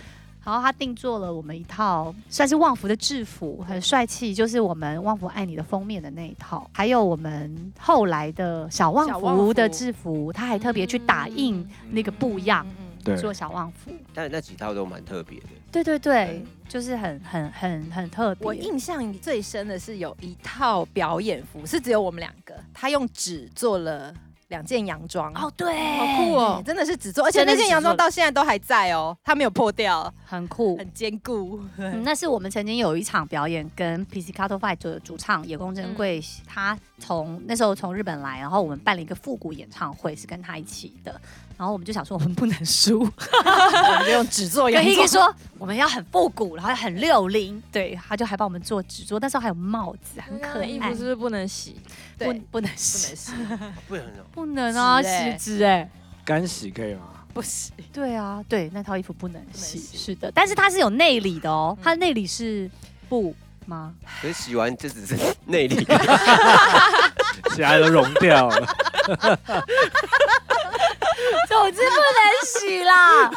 然后他定做了我们一套算是旺福的制服，很帅气，就是我们《旺福爱你》的封面的那一套，还有我们后来的小旺小旺福的福制服，他还特别去打印那个布样，嗯对做小旺福。但那几套都蛮特别的，哦对对对，就是很很很很特别。我印象最深的是有一套表演服，是只有我们两个，他用纸做了两件洋装，哦，对，好酷哦对，真的是纸做，而且那真的是件纸做洋装到现在都还在哦，它没有破掉，很酷。很坚 [laughs] 固。嗯那是我们曾经有一场表演，跟 PC Cut Five 的主唱野宫真贵，他从那时候从日本来，然后我们办了一个复古演唱会，是跟他一起的。然后我们就想说，我们不能输，我们就用纸做跟洋 h i k 装，说我们要很复古，然后很六零。对，他就还帮我们做纸做，那时候还有帽子，很嗯那可样的衣服爱是。不是不能洗？对，不不能不能洗洗，，不能哦。不能啊，纸洗欸纸哎、干洗可以吗？不洗。对啊，对，那套衣服不能洗，洗是的，但是它是有内里的哦，它内里是布吗？可是洗完这只是内里，其他都融掉了。 [laughs] 总之不能洗啦，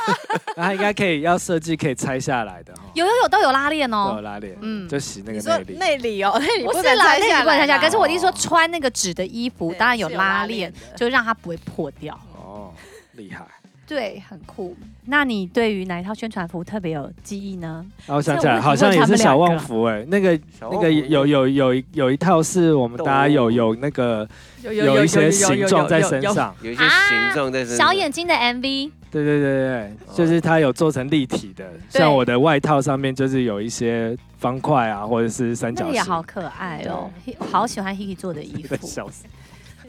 它应该可以，要设计可以拆下来的哈。 [laughs] 有有有都有拉链都有哦。拉链，嗯嗯，就洗那你个说内里。内里哦，内里不不是能啦，拆内里下不能拆来下来。啦，可是我的意思说，哦穿那个纸的衣服对当然有是有拉拉链链的，就让它不会破掉。哦，厉害！对，很酷。那你对于哪一套宣传服特别有记忆呢？啊，我想起这来，我好像也是小旺福哎，那个小旺 [laughs] 那福个有有有一有一套是我们大家有有那个有一些形状在身上，有一些形状在身上。小眼睛的 MV，对对对哦对，就是它有做成立体的，对像我的外套上面就是有一些方块啊，或者是三那角个也好形。可爱哦，我好喜欢 Hiki 做的衣 [laughs] 服在。笑死，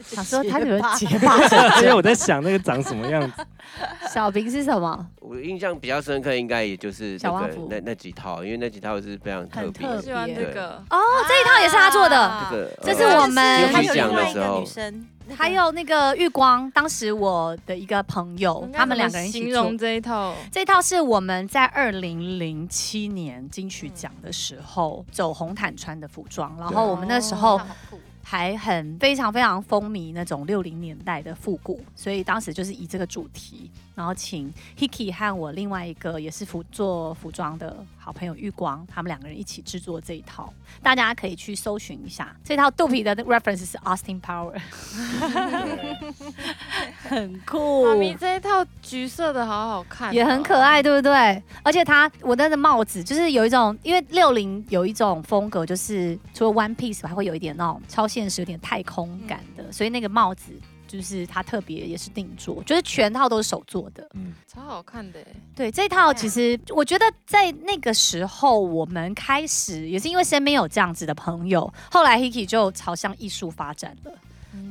想说他有结结巴 [laughs] 巴什么因为我在想那个长什么样子， [laughs] 小平是什么？我印象比较深刻，应该也就是小那旺个福那那几套，因为那几套是非常特别很特我的。喜欢这个，哦，这一套也是他做的。这个这呃是我们还金曲有另奖外的一时个候女，生，那个还有那个玉光，当时我的一个朋友，他们两个人一起形做容。这一套，这套是我们在二零零七年金曲嗯奖的时候走红毯穿的服装，然后我们那时哦候好酷还很非常非常风靡那种六零年代的复古，所以当时就是以这个主题，然后请 Hiki 和我另外一个也是服做服装的好朋友玉光，他们两个人一起制作这一套，大家可以去搜寻一下。这套肚皮的 reference 是 Austin Power，很酷妈。咪这一套橘色的好好看哦，也很可爱，对不对？而且它，我戴的帽子就是有一种，因为六零有一种风格，就是除了 One Piece，还会有一点那种超现实、有点太空感的，所以那个帽子就是它特别也是定做，就是全套都是手做的。嗯，超好看的耶。欸对，这套其实我觉得在那个时候，我们开始也是因为身边有这样子的朋友，后来 Hiki 就朝向艺术发展了。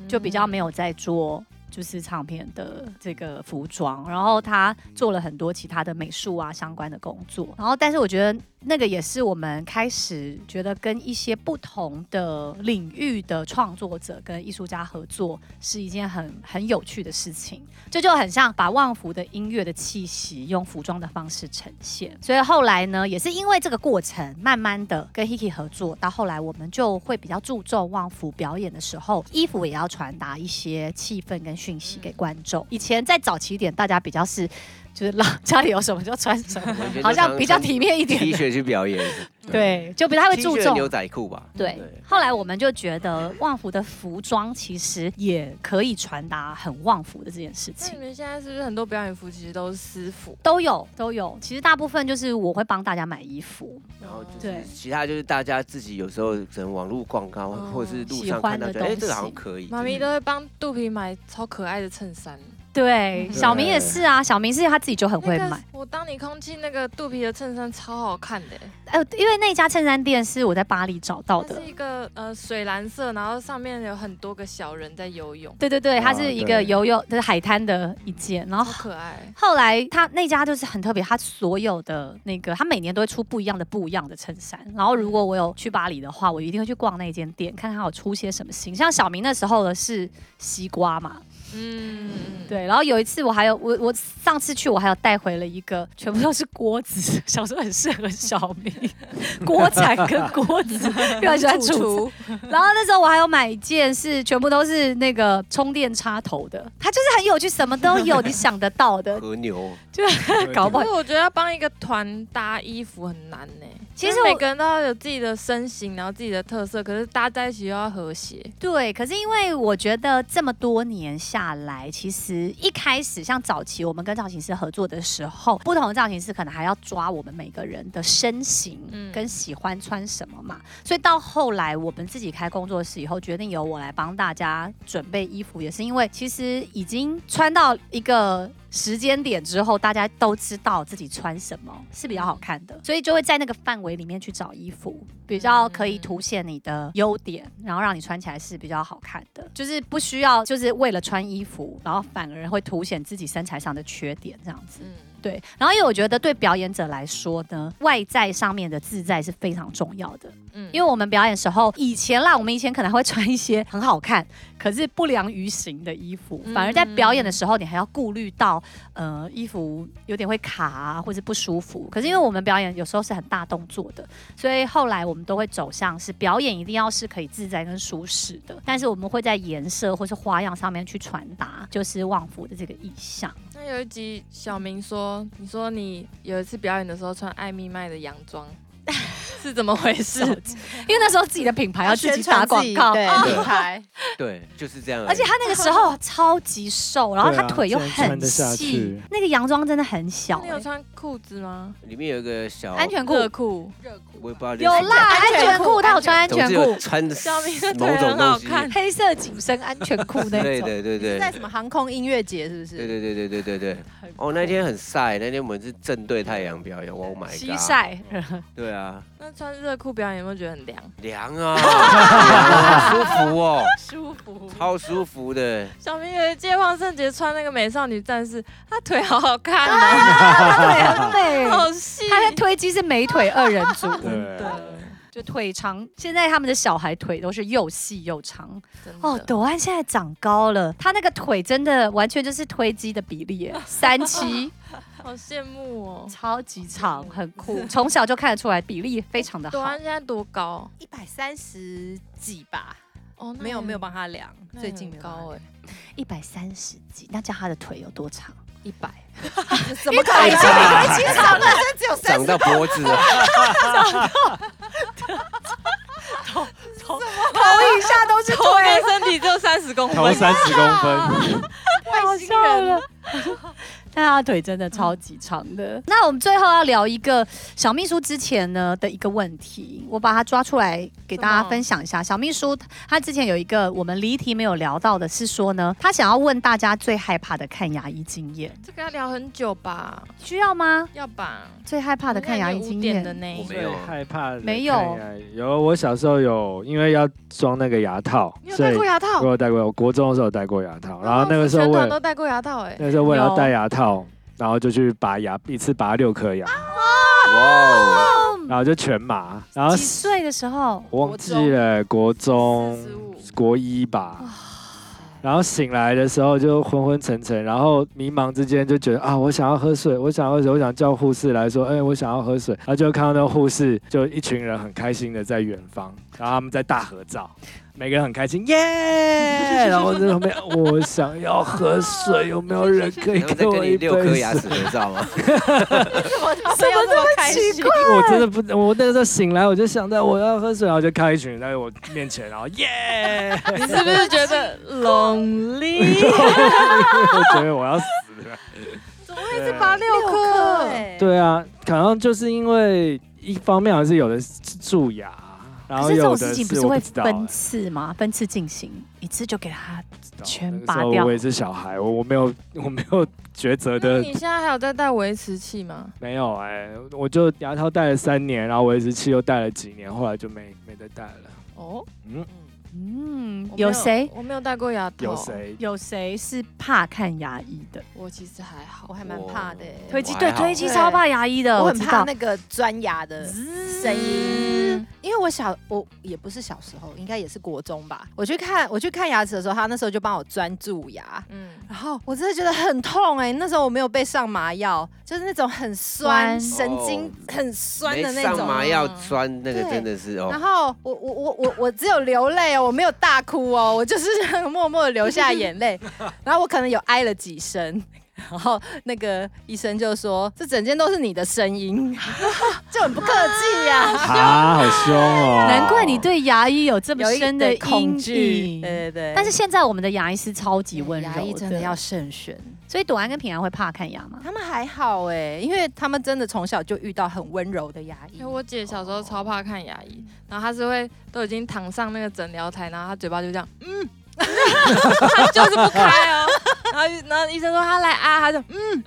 就比较没有在做就是唱片的这个服装，然后他做了很多其他的美术啊相关的工作，然后但是我觉得那个也是我们开始觉得跟一些不同的领域的创作者跟艺术家合作是一件很很有趣的事情，这就很像把旺福的音乐的气息用服装的方式呈现，所以后来呢，也是因为这个过程，慢慢的跟 Hiki 合作，到后来我们就会比较注重旺福表演的时候，衣服也要传达一些气氛跟讯息给观众。以前在早期一点，大家比较是就是 [laughs] 老家里有什 [laughs] 么就穿什么，我觉得好像常比较穿体面一 T 点的，恤去表演， [laughs] 对，就不太会 T 注恤重牛仔裤吧。对，后来我们就觉得旺福的服装其实也可以传达很旺福的这件事那你情。们现在是不是很多表演服其实都是私服？都有都有，其实大部分就是我会帮大家买衣服，然后就对是其他就是大家自己有时候可能网络广告哦或者是路上看到觉得喜欢哎的东西这个好像可以，妈咪就是都会帮肚皮买超可爱的衬衫，对，对小明也是啊，小明是他自己就很会那个买。我当你空气那个肚皮的衬衫超好看的、欸哎、因为那家衬衫店是我在巴黎找到它的是。一个呃水蓝色，然后上面有很多个小人在游泳，对对对，它是哇一对个游泳，就是海滩的一件。然好后可爱。后来他那家就是很特别，他所有的那个，他每年都会出不一样的不一样的衬衫。然后如果我有去巴黎的话，我一定会去逛那间店，看看他有出些什么新。像小明那时候的是西瓜嘛，嗯，对。然后有一次我还有我我上次去我还有带回了一个，全部都是锅子， [laughs] 小时候很适合小明，锅铲跟锅子，因为他喜欢主煮厨然后那时候我还有买一件是全部都是那个充电插头的，它就是很有趣，什么都有你想得到的，和牛，搞不可好是。我觉得要帮一个团搭衣服很难呢、其实就是每我个人都要有自己的身形，然后自己的特色，可是搭在一起又要和谐。对，可是因为我觉得这么多年下来，其实一开始像早期我们跟造型师合作的时候，不同的造型师可能还要抓我们每个人的身形，嗯跟喜欢穿什么嘛。所以到后来我们自己开工作室以后，决定由我来帮大家准备衣服，也是因为其实已经穿到一个。时间点之后，大家都知道自己穿什么是比较好看的，所以就会在那个范围里面去找衣服，比较可以凸显你的优点，然后让你穿起来是比较好看的，就是不需要就是为了穿衣服，然后反而会凸显自己身材上的缺点这样子。嗯，对，然后因为我觉得对表演者来说呢，外在上面的自在是非常重要的。嗯因为我们表演时候，以前啦，我们以前可能还会穿一些很好看，可是不良于行的衣服，反而在表演的时候，你还要顾虑到，呃，衣服有点会卡啊，或者不舒服。可是因为我们表演有时候是很大动作的，所以后来我们都会走向是表演一定要是可以自在跟舒适的，但是我们会在颜色或是花样上面去传达，就是旺福的这个意象。那有一集小明说，你说你有一次表演的时候穿艾米麦的洋 [laughs] 装，是怎么回事？因为那时候自己的品牌要自己打广告，对啊品牌，对，就是这样已。而且他那个时候超级瘦，然后对啊他腿又竟然穿很得下细去，那个洋装真的很小、你有欸穿裤子吗？里面有一个小安全裤热裤。我也不知道那是有什么啦，安全裤他有穿安总全之裤有，穿 [laughs] 的小明的腿某种很好东西看黑色紧身安全裤之那类种。的，对对是在什么航空音乐节是不是？对对对对对对对。哦，那天很晒，那天我们是正对太阳表演，Oh my god！ [laughs] 西。晒，对啊，那穿热裤表演有没有觉得很凉？凉啊，凉啊舒服哦，舒服。超舒服的。小明有一届万圣节穿那个美少女战士，她腿好好看 [laughs] 啊，他腿很 [laughs] 美，好细。他在推机是美腿二人 [laughs] 组，对，就腿长。现在他们的小孩腿都是又细又长。真的哦，朵安现在长高了，她那个腿真的完全就是推机的比例耶，三 [laughs] 七。好羡慕哦。超级长，很酷，从小就看得出来，比例非常的朵好啊安。现在多高？一百三十几吧，哦，那没有也没有帮他量，那也最很近没有帮他量高哎，一百三十几，那叫他的腿有多长？一百。 [laughs] 怎么可太能？哎大其实他本身只有三长十，到脖子啊了，头以下都是我的身体只有三十公超分，三十公分，好笑了。 [laughs] 但他腿真的超级长 [laughs] 的。那我们最后要聊一个小秘书之前呢的一个问题，我把它抓出来给大什家么分享一下。小秘书他之前有一个我们离题没有聊到的是说呢，他想要问大家最害怕的看牙医经验，这个要聊很久吧？需要吗？要吧？最害怕的看牙医经我应该有验污点的那我一没有最害怕的没有看牙医有我小时候有，因为要装那个牙套你，有所戴以过牙套哦我？有戴过，我国中的时候有戴过牙套，然后那个时候全为团了都戴过牙套哎。那时候为了有要戴牙套，然后就去拔牙，一次拔六颗牙，哇哦，然后就全麻，然后几岁的时候？我忘记了国中45国一吧。然后醒来的时候就昏昏沉沉，然后迷茫之间就觉得啊，我想要喝水，我想要喝水，我想叫护士来说，哎，我想要喝水。然后就看到那个护士，就一群人很开心的在远方，然后他们在大合照，每个人很开 [laughs] 心，耶！然后我在旁边，我想要喝水，有没有人可以然后给再我跟你一六颗杯牙水齿？合照吗？什么这么 [laughs] 开心？ [laughs] 我真的不，我那个时候醒来，我就想到我要喝水，然后就看到一群人在我面前，然后耶，你是不是觉 [laughs] 得 lonely？ [laughs] 我觉得我要死了。怎么会是拔六欸颗？对，对啊，好像就是因为一方面好像是有人蛀牙，然可后是这啊有种的事情不是是我会知道分次吗？分次进行，一次就给他全那个拔时候掉我也是小孩，我我没有我没有抉择那 [laughs] 的你，现在还有在戴维持器吗？没有哎、我就牙套戴了三年，然后维持器又戴了几年，后来就没没再戴了。哦，嗯，嗯我，没有谁？我没有戴过牙套。有？谁？有谁是怕看牙医的？我其实还好，嗯我还蛮怕的欸我推机我对还好推机超怕牙医的，我很知怕道那个钻牙的声音，因为我小我也不是小时候，应该也是国中吧。我去看我去看牙齿的时候，他那时候就帮我钻蛀牙，嗯，然后我真的觉得很痛哎、那时候我没有被上麻药，就是那种很酸、酸神经很酸的哦没那上种。麻药钻那个对真的是然哦，后我我我我我只有流泪哦，我没有大哭哦，我就是 [laughs] 默默地流下眼泪，然后我可能有哀了几声，然后那个医生就说这整间都是你的声音， [laughs] 就很不客气呀、啊，好凶哦！难怪你对牙医有这么 [laughs] 有一深的对恐阴惧，影。对对对。但是现在我们的牙医是超级温柔，牙医真的要，慎选，所以朵安跟平安会怕看牙吗？他们还好哎，因为他们真的从小就遇到很温柔的牙医因为。我姐小时候超怕看牙医，然后她是会都已经躺上那个诊疗台，然后她嘴巴就这样，嗯， [laughs] 她就是不开哦。然后然后医生说她来啊，她就嗯，嗯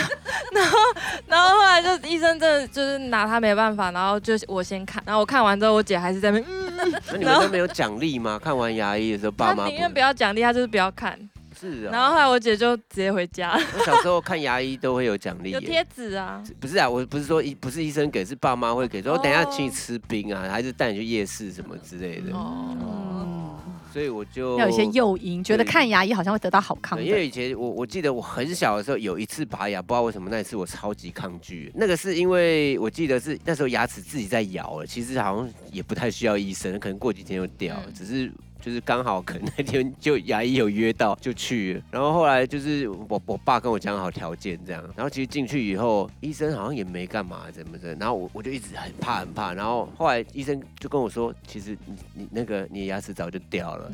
[laughs] 然后然后后来就医生真的就是拿她没办法，然后就我先看，然后我看完之后，我姐还是在那边，嗯，那你们都没有奖励吗？看完牙医的时候，爸她妈宁愿不要奖励，她就是不要看。是啊。然后后来我姐就直接回家，我小时候看牙医都会有奖励有耶，贴纸啊，不是啊，我不是说医不是医生给，是爸妈会给，说哦等一下请你吃冰啊，还是带你去夜市什么之类的。嗯哦，嗯，所以我就要有一些诱因，觉得看牙医好像会得到好康对的。因为以前我我记得我很小的时候有一次拔牙，不知道为什么那一次我超级抗拒。那个是因为我记得是那时候牙齿自己在摇了，其实好像也不太需要医生，可能过几天就掉了，嗯只是。就是刚好可能那天就牙医有约到就去了，然后后来就是我我爸跟我讲好条件这样，然后其实进去以后医生好像也没干嘛怎么的，然后我我就一直很怕很怕，然后后来医生就跟我说，其实你你那个你的牙齿早就掉了，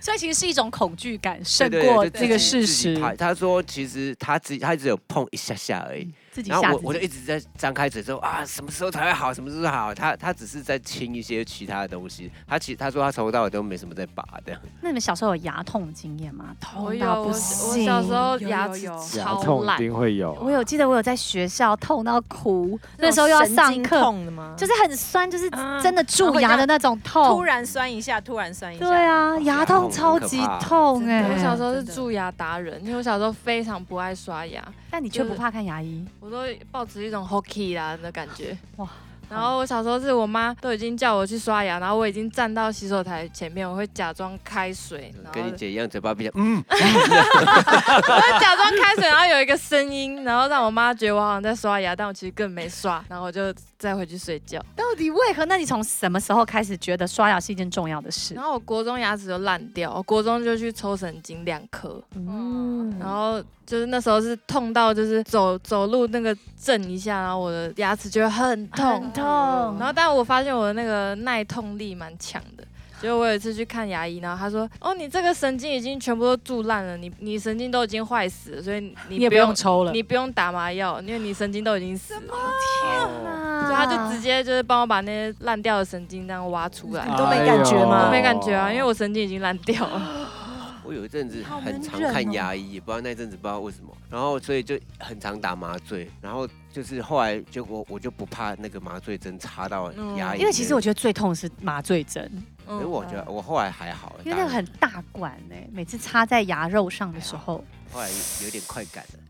所以其实是一种恐惧感对胜对对过就自这己个事自己实，拍他说其实他只他只有碰一下下而已。自己然后嗯吓我我自就一己。直在张开嘴说啊，什么时候才会好？什么时候好？他他只是在清一些其他的东西。他其他说他从头到尾都没什么在拔的。那你们小时候有牙痛的经验吗？嗯我痛有到我不我行。小时候有牙有齿有牙超痛一烂，定会有啊，我有记得我有在学校痛到哭，那时候又要上课，痛的吗？就是是很酸，就是啊真的蛀牙的那种突痛。然酸一下，突然酸一下。对，啊，牙痛超级痛哎、真的我小时候是真的蛀牙达人，因为我小时候非常不爱刷牙，但你却不怕看牙医，我都抱持一种 hockey 啦的感觉。哇哇！然后我小时候是我妈都已经叫我去刷牙，然后我已经站到洗手台前面，我会假装开水，然跟你后姐一样，嘴巴闭着，嗯，我会假装开水，然后有一个声音，然后让我妈觉得我好像在刷牙，但我其实更没刷，然后我就再回去睡觉。到底为何？那你从什么时候开始觉得刷牙是一件重要的事然？后我国中牙齿就烂掉，我国中就去抽神经两颗，嗯，然后就是那时候是痛到就是走走路那个震一下，然后我的牙齿就会很痛很。痛，然后，但我发现我的那个耐痛力蛮强的。结果我有一次去看牙医，然后他说：“哦，你这个神经已经全部都蛀烂了，你你神经都已经坏死了，所以你 [laughs] 你也不用抽了。你不用打麻药，因为你神经都已经死了。”所所以啊他就直接就是帮我把那些烂掉的神经这样挖出来，都哎没感觉吗都哦没感觉啊，因为我神经已经烂掉了。哦我有一阵子好很能常忍看哦牙医，也不知道那阵子不知道为什么，然后所以就很常打麻醉，然后就是后来结果我就不怕那个麻醉针插到嗯牙龈，因为其实我觉得最痛的是麻醉针，得，我觉得我后来还好，因为那个打很大管哎、每次插在牙肉上的时候，后来有点快感了。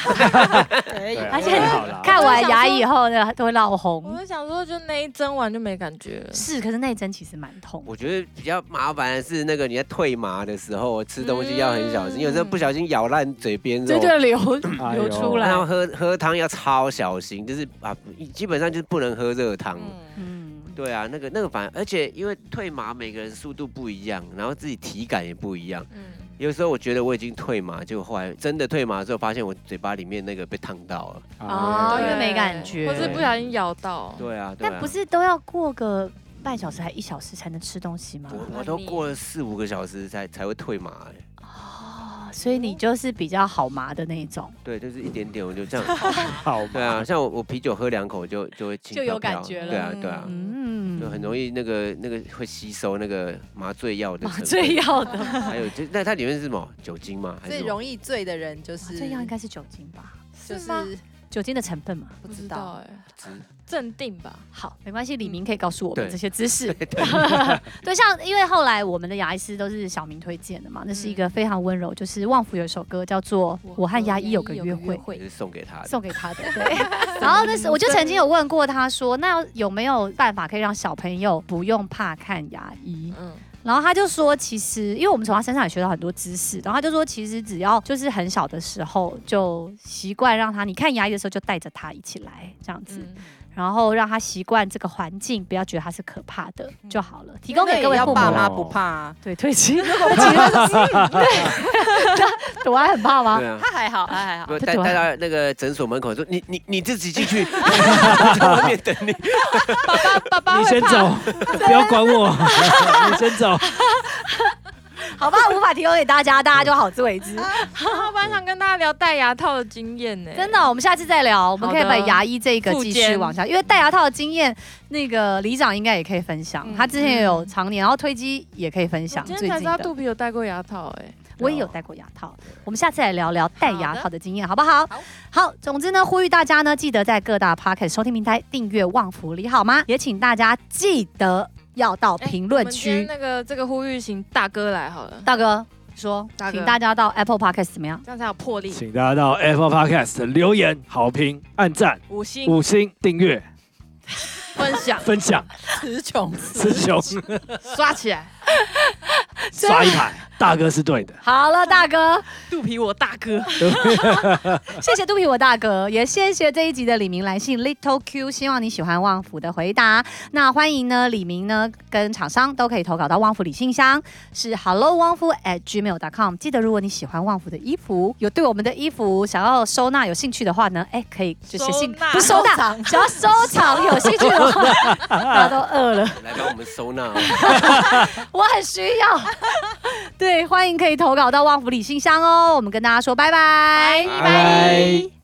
可以对啊，而且还好啦，看完牙以后呢，都会闹我红。就想说，就那一针完就没感觉了。是，可是内针其实蛮痛。我觉得比较麻烦的是，那个你在退麻的时候吃东西要很小心，有时候不小心咬烂嘴边肉。流哎呦流出然来后，喝喝汤要超小心，就是啊，基本上就是不能喝热汤。嗯，对啊，那个那个反，而且因为退麻每个人速度不一样，然后自己体感也不一样。嗯，有时候我觉得我已经退麻，结果后来真的退麻之后，发现我嘴巴里面那个被烫到了。哎哦因为没感觉或是不小心咬到。对啊，对啊。哦但不是都要过个半小时还一小时才能吃东西吗？我我都过了四五个小时才才会退麻、欸，哦，所以你就是比较好麻的那一种，对，就是一点点，我就这样。好 [laughs] 对啊，像我我啤酒喝两口就就会轻就有飘飘感觉了对啊对啊，就嗯，很容易那个那个会吸收那个麻醉药的麻成分醉，药 [laughs] 的，还有就那它里面是什么酒精吗？哎还是最什么容易醉的人就麻是醉哦药应该是酒精吧？就是吗是酒精的成分嘛。不不知知道。道哎，值镇定吧，好，没关系，李明可以告诉我们对这些知识。 [laughs] 对，像因为后来我们的牙医师都是小明推荐的嘛，那是一个非常温柔，就是旺福有一首歌叫做《我和牙医有个约会》。也是送给他的。送给他的，对。然后那时我就曾经有问过他说，那有没有办法可以让小朋友不用怕看牙医？嗯，然后他就说，其实因为我们从他身上也学到很多知识，然后他就说，其实只要就是很小的时候就习惯让他，你看牙医的时候就带着他一起来这样子，嗯然后让他习惯这个环境，不要觉得他是可怕的就好了。提供给各位那父也要母啦，爸妈不怕啊， [laughs] 对，推荐。如果不请他是， [laughs] 对，朵安很怕吗 [laughs] 对？啊。他还好，他还好。不这带多带到那个诊所门口说你你你自己进去，我在外面等你。爸爸爸爸你会先怕，走，不要管 [laughs] 我，你先走。好吧，无法提供给大家，大家就好自为之。我本来想跟大家聊戴牙套的经验呢，真的，我们下次再聊，我们可以好的把牙医这个附继续件往下，因为戴牙套的经验，那个里长应该也可以分享，嗯他之前也有常年，然后推机也可以分享我最今近天才知道的。肚皮有戴过牙套哎，我也有戴过牙套，我们下次来聊聊戴牙好套的经验，好不好？好好，总之呢，呼吁大家呢，记得在各大 p o c k e t 收听平台订阅《旺福里》，好吗？也请大家记得要到哎评我论们今天区，那个这个呼吁型大哥来好了，大哥说，大哥请大家到 Apple Podcast 怎么样？这样才有魄力，请大家到 Apple Podcast 留言、好评、按赞、五星五星订阅、分享分 [laughs] 享、词穷。词穷， [laughs] 刷起来，刷一排，大哥是对的。好 [laughs] 了，大哥。肚皮我大哥，谢谢肚皮我大哥，也谢谢这一集的李明来信 Little Q，希望你喜欢旺福的回答。那欢迎呢，李明呢跟厂商都可以投稿到旺福里信箱，是 hello 旺福 at gmail.com。记得如果你喜欢旺福的衣服，有对我们的衣服想要收纳有兴趣的话呢，哎，可以就是信收纳不是收纳，只要收藏有兴趣的 [laughs] 话，大家都饿了。来帮我们收纳哦，我很需要。 [laughs] 对，欢迎可以投稿到旺福里信箱哦。我们跟大家说拜拜，拜拜。